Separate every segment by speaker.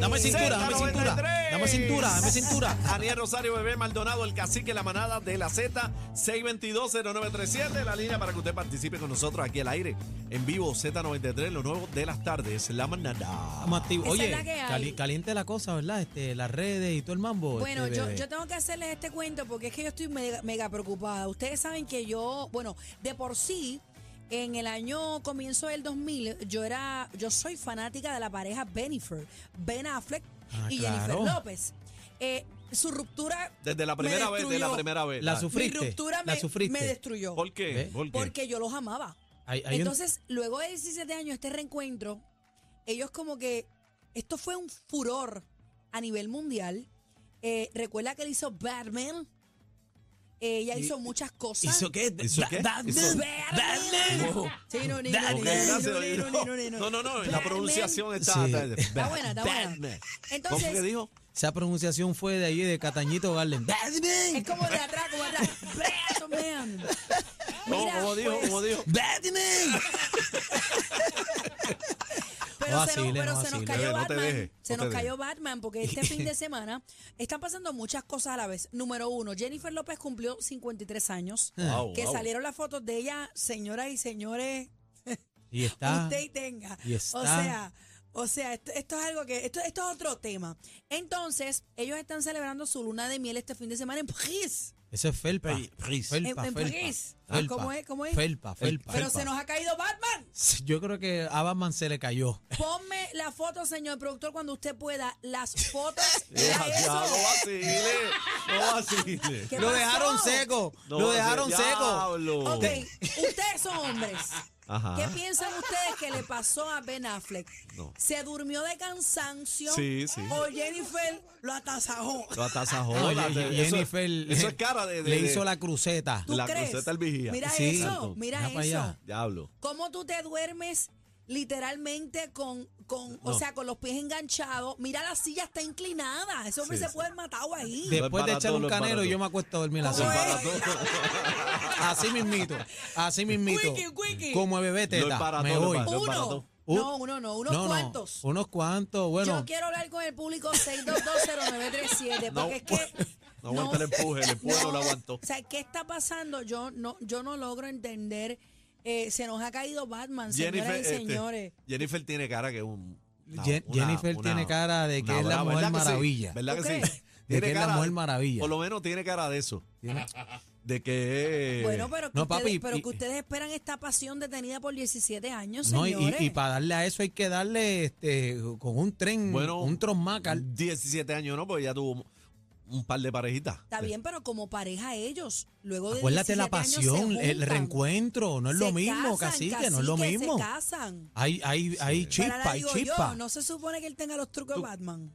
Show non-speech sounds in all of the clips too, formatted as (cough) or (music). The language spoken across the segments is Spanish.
Speaker 1: dame cintura, dame cintura. Dame cintura, dame cintura.
Speaker 2: Daniel Rosario, Bebé Maldonado, el cacique, la manada de la Z, 622-0937, la línea para que usted participe con nosotros aquí al aire, en vivo, Z93, lo nuevo de las tardes, la manada.
Speaker 1: Vamos activo.
Speaker 3: Esa
Speaker 1: Oye,
Speaker 3: es la que hay.
Speaker 1: cali- caliente la cosa, ¿verdad? Este, las redes y todo el mambo.
Speaker 3: Bueno,
Speaker 1: este,
Speaker 3: yo,
Speaker 1: bebé.
Speaker 3: yo tengo que hacerles este cuento porque es que yo estoy mega, mega preocupada. Ustedes saben que yo, bueno, de por sí, en el año comienzo del 2000, yo era, yo soy fanática de la pareja Benifer, Ben Affleck
Speaker 1: Ah,
Speaker 3: y
Speaker 1: claro.
Speaker 3: Jennifer López. Eh, su ruptura
Speaker 2: Desde la
Speaker 3: me
Speaker 2: primera vez, de la
Speaker 3: destruyó.
Speaker 2: primera vez.
Speaker 1: La
Speaker 2: dale.
Speaker 1: sufrí. Sufriste,
Speaker 3: Mi ruptura
Speaker 1: la
Speaker 3: me,
Speaker 1: sufriste.
Speaker 3: me destruyó
Speaker 2: ¿Por qué?
Speaker 1: ¿Ve?
Speaker 2: ¿Por qué?
Speaker 3: porque yo los amaba.
Speaker 1: Hay- hay un-
Speaker 3: Entonces, luego de 17 años, este reencuentro, ellos como que, esto fue un furor a nivel mundial. Eh, Recuerda que él hizo Batman. Ella
Speaker 1: Y-
Speaker 3: hizo muchas cosas.
Speaker 1: ¿Hizo qué?
Speaker 2: ¿Hizo
Speaker 1: Da-
Speaker 2: qué?
Speaker 1: da-
Speaker 2: ¿Hizo-
Speaker 1: Batman.
Speaker 3: Batman. Sí, no, ni-
Speaker 1: Batman.
Speaker 3: ni-
Speaker 2: Ok,
Speaker 3: ni-
Speaker 2: gracias,
Speaker 3: ni- ni-
Speaker 2: Danilo.
Speaker 3: ni- ni- ni- ni-
Speaker 2: No, no, no, la
Speaker 3: Batman.
Speaker 2: pronunciación está.
Speaker 1: Sí.
Speaker 2: está-
Speaker 3: Está buena, está buena.
Speaker 2: Batman. ¿Cómo fue que
Speaker 3: Entonces,
Speaker 2: dijo?
Speaker 1: Esa pronunciación fue de ahí, de Catañito Garland.
Speaker 3: es
Speaker 1: Batman.
Speaker 3: como de atrás, como de atrás.
Speaker 2: (laughs)
Speaker 3: Batman.
Speaker 2: ¿Cómo,
Speaker 3: Mira,
Speaker 2: cómo dijo?
Speaker 3: pues,
Speaker 2: ¿Cómo dijo?
Speaker 1: Batman.
Speaker 3: Pero,
Speaker 1: No
Speaker 3: se, nos,
Speaker 1: vacile,
Speaker 3: pero
Speaker 1: no
Speaker 3: se nos
Speaker 1: vacile.
Speaker 3: cayó
Speaker 2: Bebé, no te
Speaker 3: Batman.
Speaker 2: dejes,
Speaker 3: se
Speaker 2: no
Speaker 3: nos
Speaker 2: te
Speaker 3: cayó
Speaker 2: (laughs)
Speaker 3: Batman porque este fin de semana están pasando muchas cosas a la vez. Número uno, Jennifer López cumplió 53 años.
Speaker 1: pues,
Speaker 2: Wow,
Speaker 3: que
Speaker 2: wow.
Speaker 3: salieron las fotos de ella, señoras y señores,
Speaker 1: Y está.
Speaker 3: usted y tenga.
Speaker 1: y está.
Speaker 3: O sea, o sea, esto, esto es algo que, esto, esto es otro tema. Entonces, ellos están celebrando su luna de miel este fin de semana en París.
Speaker 1: Eso es felpa.
Speaker 2: Ey, Riz.
Speaker 1: Felpa,
Speaker 3: En- en
Speaker 1: felpa,
Speaker 3: París. Ah,
Speaker 1: felpa.
Speaker 3: ¿Cómo es? ¿Cómo es?
Speaker 1: Felpa, felpa.
Speaker 3: Pero
Speaker 1: felpa.
Speaker 3: se nos ha caído Batman.
Speaker 1: Yo creo que a Batman se le cayó.
Speaker 3: Ponme la foto, señor productor, cuando usted pueda. Las fotos.
Speaker 1: (laughs)
Speaker 2: Ya,
Speaker 3: Mira
Speaker 2: ya,
Speaker 3: eso.
Speaker 2: no vacile, no vacile.
Speaker 3: ¿Qué
Speaker 1: Lo
Speaker 3: pasó?
Speaker 1: dejaron seco.
Speaker 2: No
Speaker 1: lo
Speaker 2: vacile.
Speaker 1: dejaron seco.
Speaker 2: Diablo.
Speaker 3: Ok, ustedes son hombres.
Speaker 2: Ajá.
Speaker 3: ¿Qué piensan ustedes que le pasó a Ben Affleck?
Speaker 2: Ah. No.
Speaker 3: ¿Se durmió de cansancio?
Speaker 2: Sí, sí.
Speaker 3: ¿O Jennifer lo atasajó?
Speaker 2: Lo atasajó.
Speaker 1: Oye,
Speaker 2: la-
Speaker 1: Je-
Speaker 2: eso-
Speaker 1: Jennifer
Speaker 2: Eso es cara de. de-
Speaker 1: le
Speaker 2: de-
Speaker 1: hizo la cruceta.
Speaker 3: ¿Tú
Speaker 2: La
Speaker 3: crees?
Speaker 2: cruceta al vigía.
Speaker 3: Mira
Speaker 1: Sí.
Speaker 3: eso,
Speaker 2: Exacto.
Speaker 3: mira
Speaker 1: Deja para
Speaker 3: eso.
Speaker 1: allá.
Speaker 2: Diablo.
Speaker 3: ¿Cómo tú te duermes literalmente con, con o
Speaker 2: No.
Speaker 3: sea, con los pies enganchados? Mira la silla está inclinada. Ese hombre
Speaker 2: Sí,
Speaker 3: se
Speaker 2: sí.
Speaker 3: puede haber matado ahí.
Speaker 1: Después de
Speaker 2: barato,
Speaker 1: echar
Speaker 2: lo
Speaker 1: un
Speaker 2: es
Speaker 1: canelo,
Speaker 2: barato.
Speaker 1: yo me acuesto a dormir
Speaker 3: ¿Cómo
Speaker 1: así.
Speaker 2: Embarazó.
Speaker 3: es?
Speaker 1: Así mismito. Así mismito.
Speaker 3: Wiki, wiki.
Speaker 1: Como bebé
Speaker 2: Lo es
Speaker 1: teta.
Speaker 2: barato,
Speaker 1: Me
Speaker 2: lo es
Speaker 1: voy.
Speaker 2: barato.
Speaker 3: uno.
Speaker 2: barato.
Speaker 1: Uh,
Speaker 3: no, uno no, unos
Speaker 1: No, no,
Speaker 3: cuantos.
Speaker 1: unos cuantos. Bueno,
Speaker 3: Yo quiero hablar con el público
Speaker 2: No,
Speaker 3: 6220937 porque es que
Speaker 2: no aguanta el empuje, el empuje no lo aguantó.
Speaker 3: O sea, ¿qué está pasando? Yo no yo no logro entender eh, se nos ha caído Batman, señoras y
Speaker 2: este,
Speaker 3: señores.
Speaker 2: Jennifer tiene cara que es un. una-
Speaker 1: Jen-
Speaker 2: una-
Speaker 1: Jennifer
Speaker 2: una-
Speaker 1: tiene cara de que
Speaker 2: una
Speaker 1: es la
Speaker 2: brava,
Speaker 1: Mujer
Speaker 2: ¿verdad que sí?
Speaker 1: Maravilla.
Speaker 2: ¿Verdad que
Speaker 3: ¿Tú
Speaker 2: sí?
Speaker 3: crees?
Speaker 1: De que es la
Speaker 2: cara-
Speaker 1: Mujer Maravilla.
Speaker 2: Por lo menos tiene cara de eso. De que.
Speaker 3: Bueno, pero
Speaker 1: eh,
Speaker 3: que,
Speaker 1: no,
Speaker 3: ustedes,
Speaker 1: papi,
Speaker 3: pero
Speaker 1: y-
Speaker 3: que ustedes esperan esta pasión detenida por 17 años,
Speaker 1: no, y- y,
Speaker 3: señores.
Speaker 1: y para darle a eso hay que darle este con un tren,
Speaker 2: Bueno, mm.
Speaker 1: un trommacal.
Speaker 2: 17 años, ¿no? Porque ya tuvo un par de parejitas.
Speaker 3: está bien, pero como pareja ellos, luego de
Speaker 1: Acuérdate
Speaker 3: 17
Speaker 1: la
Speaker 3: años se
Speaker 1: pasión, el
Speaker 3: juntan,
Speaker 1: reencuentro, no es lo
Speaker 3: se
Speaker 1: mismo,
Speaker 3: casan,
Speaker 1: cacique, no es lo
Speaker 3: cacique,
Speaker 1: mismo.
Speaker 3: Se casan.
Speaker 1: Hay, hay, hay
Speaker 3: Pero ahora
Speaker 1: chispa, hay
Speaker 3: digo
Speaker 1: chispa.
Speaker 3: yo, no se supone que él tenga los trucos de
Speaker 2: Tú-
Speaker 1: (laughs)
Speaker 3: Batman.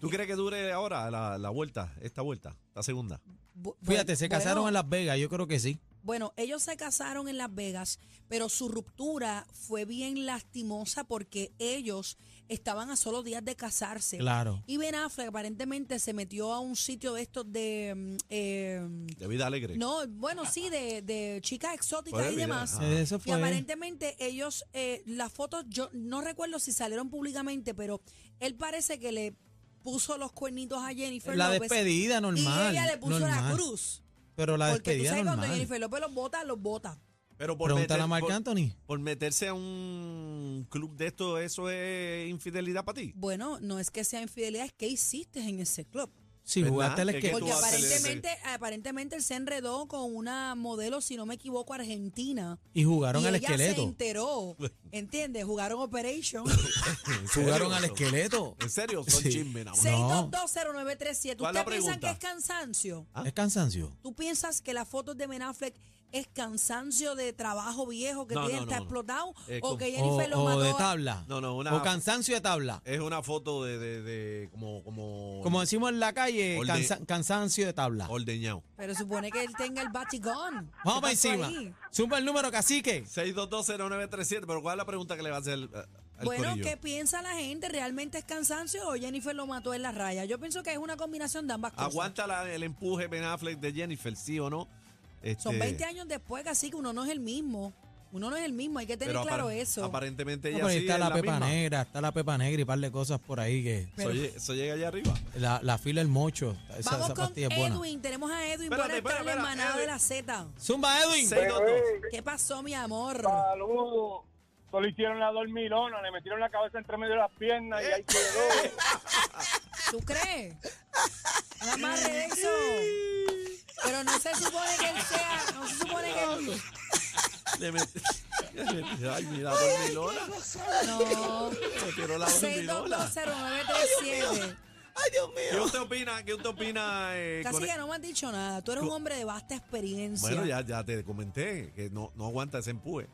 Speaker 2: ¿Tú crees que dure ahora la, la vuelta, esta vuelta, la segunda?
Speaker 3: Bu-
Speaker 1: Fíjate, se
Speaker 3: bueno,
Speaker 1: casaron en Las Vegas, yo creo que sí.
Speaker 3: Bueno, ellos se casaron en Las Vegas, pero su ruptura fue bien lastimosa porque ellos estaban a solo días de casarse.
Speaker 1: Claro.
Speaker 3: Y Ben Affleck aparentemente se metió a un sitio de estos de... mm, eh,
Speaker 2: De vida alegre.
Speaker 3: no, bueno, sí, de, de chicas exóticas
Speaker 2: Pues,
Speaker 3: y
Speaker 2: mira,
Speaker 3: demás.
Speaker 2: ah.
Speaker 1: Eso
Speaker 3: Y
Speaker 1: fue.
Speaker 3: aparentemente ellos, eh, las fotos, yo no recuerdo si salieron públicamente, pero él parece que le puso los cuernitos a Jennifer
Speaker 1: la
Speaker 3: López.
Speaker 1: despedida normal.
Speaker 3: y ella le puso la
Speaker 1: normal.
Speaker 3: cruz.
Speaker 1: Pero la
Speaker 3: Porque tú
Speaker 1: despedida
Speaker 3: sabes cuando
Speaker 1: normal.
Speaker 3: Jennifer López los bota, los bota.
Speaker 2: Pero por,
Speaker 1: Pregúntale
Speaker 2: meter-
Speaker 1: a Marc
Speaker 2: por-
Speaker 1: Anthony.
Speaker 2: por meterse a un club de esto, ¿eso es infidelidad para
Speaker 3: (laughs)
Speaker 2: ti?
Speaker 3: Bueno, no es que sea infidelidad, es que hiciste en ese club.
Speaker 1: Si
Speaker 2: ¿Verdad?
Speaker 1: jugaste el
Speaker 2: Es que
Speaker 1: esquema.
Speaker 2: tú
Speaker 3: Porque
Speaker 2: vas a hacer
Speaker 3: aparentemente, aparentemente él se enredó con una modelo, si no me equivoco, argentina.
Speaker 1: Y jugaron
Speaker 3: y
Speaker 1: al
Speaker 3: ella se
Speaker 1: esqueleto.
Speaker 3: enteró, ¿entiendes? Jugaron
Speaker 1: (laughs)
Speaker 3: Operation.
Speaker 2: ¿En serio?
Speaker 1: Jugaron al esqueleto.
Speaker 2: ¿En serio? Son
Speaker 1: Sí.
Speaker 2: chismes, nada más.
Speaker 3: 6220937.
Speaker 2: ¿Cuál es la
Speaker 3: ¿Ustedes piensan que
Speaker 2: pregunta?
Speaker 3: es cansancio?
Speaker 2: Ah.
Speaker 1: Es cansancio.
Speaker 3: ¿Tú piensas que las fotos de Ben Affleck es cansancio de trabajo viejo que
Speaker 2: No,
Speaker 3: tiene
Speaker 2: no,
Speaker 3: está
Speaker 2: no, no.
Speaker 3: explotado?
Speaker 2: Eh,
Speaker 3: ¿O
Speaker 2: con-
Speaker 3: que
Speaker 1: O,
Speaker 3: Jennifer lo
Speaker 1: o
Speaker 3: mató?
Speaker 1: de
Speaker 3: a-
Speaker 1: tabla.
Speaker 2: No, no, una-
Speaker 1: O cansancio de tabla.
Speaker 2: Es una foto de, de, de- como, como,
Speaker 1: Como decimos en la calle,
Speaker 2: Orde-
Speaker 1: cansa- cansancio de tabla.
Speaker 2: ordeñado.
Speaker 3: Pero supone que él tenga el batigón. ¿Qué
Speaker 1: Vamos para
Speaker 3: pasó
Speaker 1: encima.
Speaker 3: ahí?
Speaker 1: Suma el número, cacique.
Speaker 2: 6220937, pero ¿cuál es la pregunta que le va a hacer eh, al
Speaker 3: Bueno,
Speaker 2: corillo?
Speaker 3: ¿qué piensa la gente? ¿Realmente es cansancio o Jennifer lo mató en la raya? Yo pienso que es una combinación de ambas cosas.
Speaker 2: ¿Aguanta la- el empuje Ben Affleck de Jennifer, sí o no?
Speaker 3: Son
Speaker 2: Este,
Speaker 3: 20 años después, así que uno no es el mismo. Uno no es el mismo, hay que tener
Speaker 2: Pero
Speaker 3: claro
Speaker 2: apar-
Speaker 3: eso.
Speaker 2: Aparentemente
Speaker 1: No,
Speaker 2: ella
Speaker 1: pero ahí
Speaker 2: sí
Speaker 1: está
Speaker 2: es
Speaker 1: la,
Speaker 2: la
Speaker 1: pepa
Speaker 2: misma.
Speaker 1: negra, está la pepa negra y par de cosas por ahí que.
Speaker 2: Eso, lle- eso llega allá arriba.
Speaker 1: La, la fila del mocho. Esa,
Speaker 3: Vamos
Speaker 1: esa
Speaker 3: con
Speaker 1: pastilla es buena.
Speaker 3: Edwin, tenemos a Edwin.
Speaker 2: Espérate,
Speaker 3: Buenas
Speaker 2: espera,
Speaker 3: tardes,
Speaker 2: espera,
Speaker 3: manada de
Speaker 2: Edwin.
Speaker 3: la Z.
Speaker 1: Zumba Edwin.
Speaker 2: 622.
Speaker 3: ¿Qué pasó, mi amor?
Speaker 4: Salud. Solo hicieron la dormilona, le metieron la cabeza entre medio de las piernas y
Speaker 2: Eh,
Speaker 4: ahí quedó.
Speaker 3: ¿Tú crees? Nada más de eso. Pero no se supone que él sea, no se supone que él-
Speaker 2: (laughs) Le metí- (laughs) le metí- Ay, mira, dormilona.
Speaker 3: No.
Speaker 2: Me tiró la dormilona.
Speaker 3: 6220937.
Speaker 2: ¿Qué usted opina? ¿Qué usted opina? eh, con- e-
Speaker 3: Casi que no me has dicho nada. Tú eres un hombre de vasta experiencia.
Speaker 2: Bueno, ya, ya te comenté que no, no aguanta ese empuje.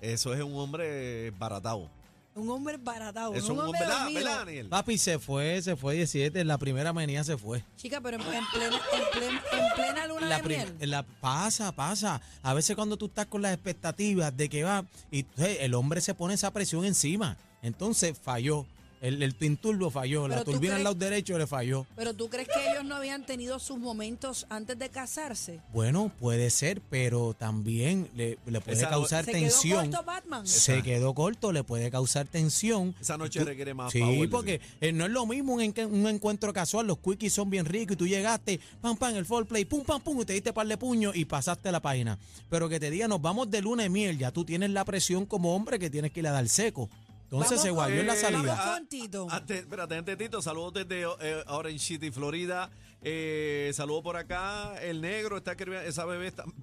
Speaker 2: Eso es un hombre baratado.
Speaker 3: Un hombre baratado.
Speaker 2: Eso es un hombre, ¿verdad, ¿verdad, Daniel?
Speaker 1: Papi se fue, se fue 17. En la primera avenida se fue.
Speaker 3: Chica, pero en, en plena, en plena, en plena luna
Speaker 1: La
Speaker 3: de
Speaker 1: prim-
Speaker 3: miel.
Speaker 1: la- pasa, pasa. A veces cuando tú estás con las expectativas de que va, y hey, el hombre se pone esa presión encima. Entonces falló. El, el tinturbo falló, la
Speaker 3: Pero tú
Speaker 1: turbina al
Speaker 3: crees-
Speaker 1: lado derecho le falló.
Speaker 3: Pero tú crees que ellos no habían tenido sus momentos antes de casarse.
Speaker 1: Bueno, puede ser, pero también le, le puede
Speaker 2: Esa no-
Speaker 1: causar
Speaker 3: Se quedó
Speaker 1: tensión.
Speaker 3: corto Batman.
Speaker 1: se quedó corto, le puede causar tensión.
Speaker 2: Esa noche
Speaker 1: Tú-
Speaker 2: requiere más
Speaker 1: Sí,
Speaker 2: power,
Speaker 1: porque eh, no es lo mismo un, enque- un encuentro casual. Los quickies son bien ricos y tú llegaste, pam, pam, el foreplay, pum, pam, pum, y te diste par de puños y pasaste la página. Pero que te diga, nos vamos de luna de miel, ya tú tienes la presión como hombre que tienes que ir a dar seco. Entonces
Speaker 3: Vamos
Speaker 1: se
Speaker 3: con-
Speaker 1: guayó en la
Speaker 2: Eh,
Speaker 1: salida.
Speaker 3: Vamos con Tito.
Speaker 2: Antes, Ah, espérate, antes, Tito, saludos desde eh, Orange City, Florida. Eh, saludos por acá. El negro está escribiendo. Esa bebé está. (laughs)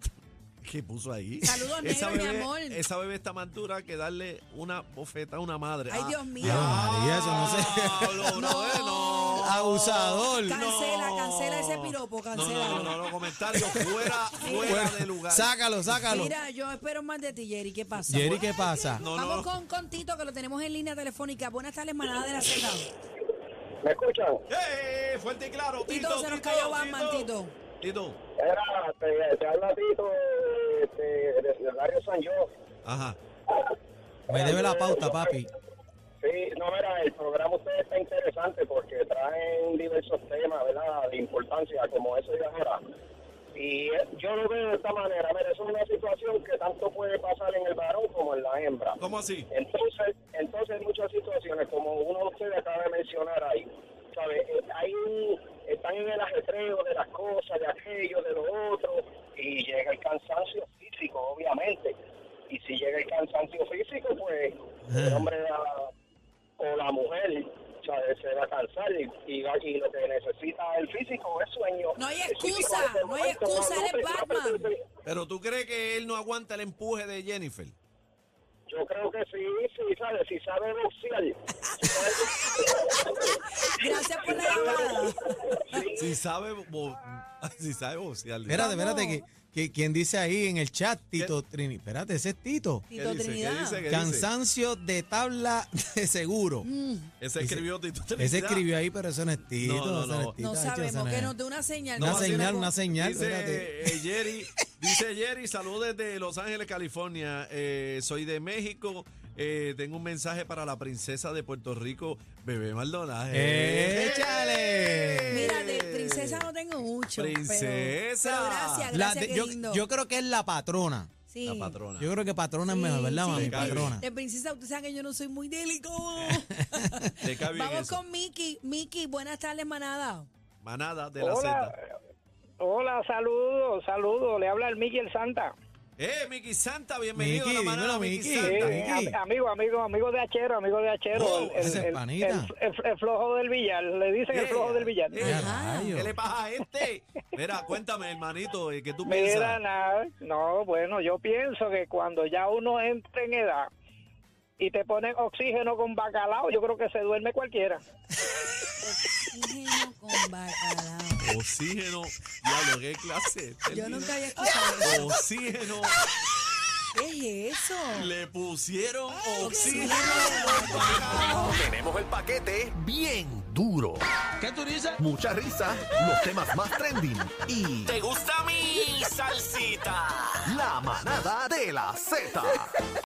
Speaker 2: ¿Qué puso ahí?
Speaker 3: Saludos,
Speaker 2: esa
Speaker 3: negro, mi
Speaker 2: bebé,
Speaker 3: amor.
Speaker 2: Esa bebé está más dura que darle una bofeta a una madre. Ah.
Speaker 3: Ay, Dios mío.
Speaker 1: Ave María, eso no se-
Speaker 2: Diablo, brother, no.
Speaker 1: Abusador.
Speaker 3: Ah, Cancela,
Speaker 2: No.
Speaker 3: cancela ese piropo,
Speaker 2: No,
Speaker 3: cancela.
Speaker 2: no, no, no, comentarios
Speaker 3: (laughs)
Speaker 2: fuera, fuera de lugar.
Speaker 1: Sácalo, sácalo.
Speaker 3: Mira, yo espero más de ti, Jerry. ¿Qué pasa?
Speaker 1: Jerry, ¿qué pasa?
Speaker 2: No, no.
Speaker 3: Vamos con, con Tito, que lo tenemos en línea telefónica. Buenas tardes, manada de la Z.
Speaker 4: ¿Me escuchan?
Speaker 2: ¡Eh! Fuerte y claro.
Speaker 3: Tito,
Speaker 2: Tito,
Speaker 3: se nos cayó Batman, Tito.
Speaker 2: Tito.
Speaker 4: Era, te, te habla Tito de, de, de Ciudadario San Yo.
Speaker 2: Ajá.
Speaker 1: Me debe la pauta, papi.
Speaker 4: Sí, no, mira, el programa usted está interesante porque traen diversos temas, ¿verdad?, de importancia, como eso de ahora. Y eh, yo lo veo de esta manera. Mira, eso es una situación que tanto puede pasar en el varón como en la hembra.
Speaker 2: ¿Cómo así?
Speaker 4: Entonces, entonces en muchas situaciones, como uno de ustedes acaba de mencionar ahí, ¿sabe? Eh, Hay un- están en el ajetreo de las cosas, de aquello, de lo otro, y llega el cansancio físico, obviamente. Y si llega el cansancio físico, pues el hombre da- o la mujer ¿sabe? se va a cansar y, y va- y lo que necesita el físico es sueño.
Speaker 3: No hay
Speaker 4: El físico
Speaker 3: excusa,
Speaker 4: en ese
Speaker 3: no hay
Speaker 4: momento
Speaker 3: excusa, eres
Speaker 4: te- te
Speaker 3: Batman.
Speaker 4: apetece.
Speaker 2: Pero tú crees que él no aguanta el empuje de Jennifer.
Speaker 4: Yo creo que sí, sí, ¿sabes? Si sabe
Speaker 3: (laughs)
Speaker 4: boxear.
Speaker 3: Gracias por la llamada.
Speaker 2: Si sabe,
Speaker 3: (laughs)
Speaker 2: bo- (laughs) si sabe boxear.
Speaker 1: Espérate,
Speaker 3: Vamos.
Speaker 1: espérate, que, que quien dice ahí en el chat, Tito Trini. Espérate, ese es Tito.
Speaker 2: ¿Qué
Speaker 3: Tito
Speaker 2: dice? ¿Qué
Speaker 3: Trinidad.
Speaker 2: dice? ¿Qué dice?
Speaker 1: Cansancio de tabla de seguro.
Speaker 2: Mm. Ese escribió Tito Trinidad.
Speaker 1: Ese escribió ahí, pero eso no es Tito.
Speaker 2: No, no,
Speaker 1: eso es
Speaker 2: no.
Speaker 1: Tito,
Speaker 3: No
Speaker 1: hacho, eso
Speaker 3: sabemos,
Speaker 1: es.
Speaker 3: que nos dé una señal.
Speaker 1: Una
Speaker 3: No sé
Speaker 1: señal,
Speaker 3: cómo-
Speaker 1: una señal. espérate.
Speaker 2: Dice eh, Jerry, dice Jerry, saludos desde Los Ángeles, California. Eh, soy de México. Eh, tengo un mensaje para la princesa de Puerto Rico, Bebé Maldonado.
Speaker 1: ¡Eh! ¡Échale!
Speaker 3: Mira, de princesa no tengo mucho. pero-
Speaker 2: Princesa.
Speaker 3: Pero, gracias,
Speaker 1: La
Speaker 3: gracias,
Speaker 1: de-
Speaker 3: qué
Speaker 1: yo,
Speaker 3: lindo.
Speaker 1: yo creo que es la patrona.
Speaker 3: Sí.
Speaker 2: La patrona.
Speaker 1: Yo creo que patrona
Speaker 3: Sí,
Speaker 1: es mejor, ¿verdad,
Speaker 3: sí,
Speaker 1: mami?
Speaker 3: sí.
Speaker 1: Patrona.
Speaker 3: De princesa, usted sabe que yo no soy muy
Speaker 2: (laughs)
Speaker 3: délico.
Speaker 2: Le cae bien
Speaker 3: Vamos
Speaker 2: eso.
Speaker 3: con Miki. Miki, buenas tardes, manada.
Speaker 2: Manada de la
Speaker 5: Hola,
Speaker 2: Z.
Speaker 5: hola, saludos, saludos. Le habla el Miguel Santa.
Speaker 2: Eh, Miki Santa, bienvenido
Speaker 1: Miki,
Speaker 2: a la manada,
Speaker 1: dímelo,
Speaker 2: Miki
Speaker 1: Miki.
Speaker 5: Eh,
Speaker 2: Santa.
Speaker 1: Sí. Miki.
Speaker 5: am- amigo, amigo, amigo de Achero, amigo de Achero.
Speaker 2: Oh,
Speaker 1: ese es panita.
Speaker 5: el- el flojo del Villar,
Speaker 2: (laughs)
Speaker 5: le dicen el flojo del Villar.
Speaker 2: Eh,
Speaker 1: Ajá.
Speaker 2: ¿Qué le pasa a este? Mira, cuéntame, hermanito, eh, ¿qué tú
Speaker 5: Mira,
Speaker 2: piensas?
Speaker 5: nada, no, bueno, yo pienso que cuando ya uno entra en edad y te ponen oxígeno con bacalao, yo creo que se duerme cualquiera.
Speaker 3: Oxígeno con bacalao.
Speaker 2: Oxígeno. Diablo, ¿qué clase?
Speaker 3: Yo nunca había escuchado eso.
Speaker 2: Oxígeno.
Speaker 3: ¿Qué es eso?
Speaker 2: Le pusieron oxígeno.
Speaker 6: Tenemos el paquete bien duro. ¿Qué tú dices? Mucha risa, los temas más trending y... ¿Te gusta mi salsita? La manada de la Z.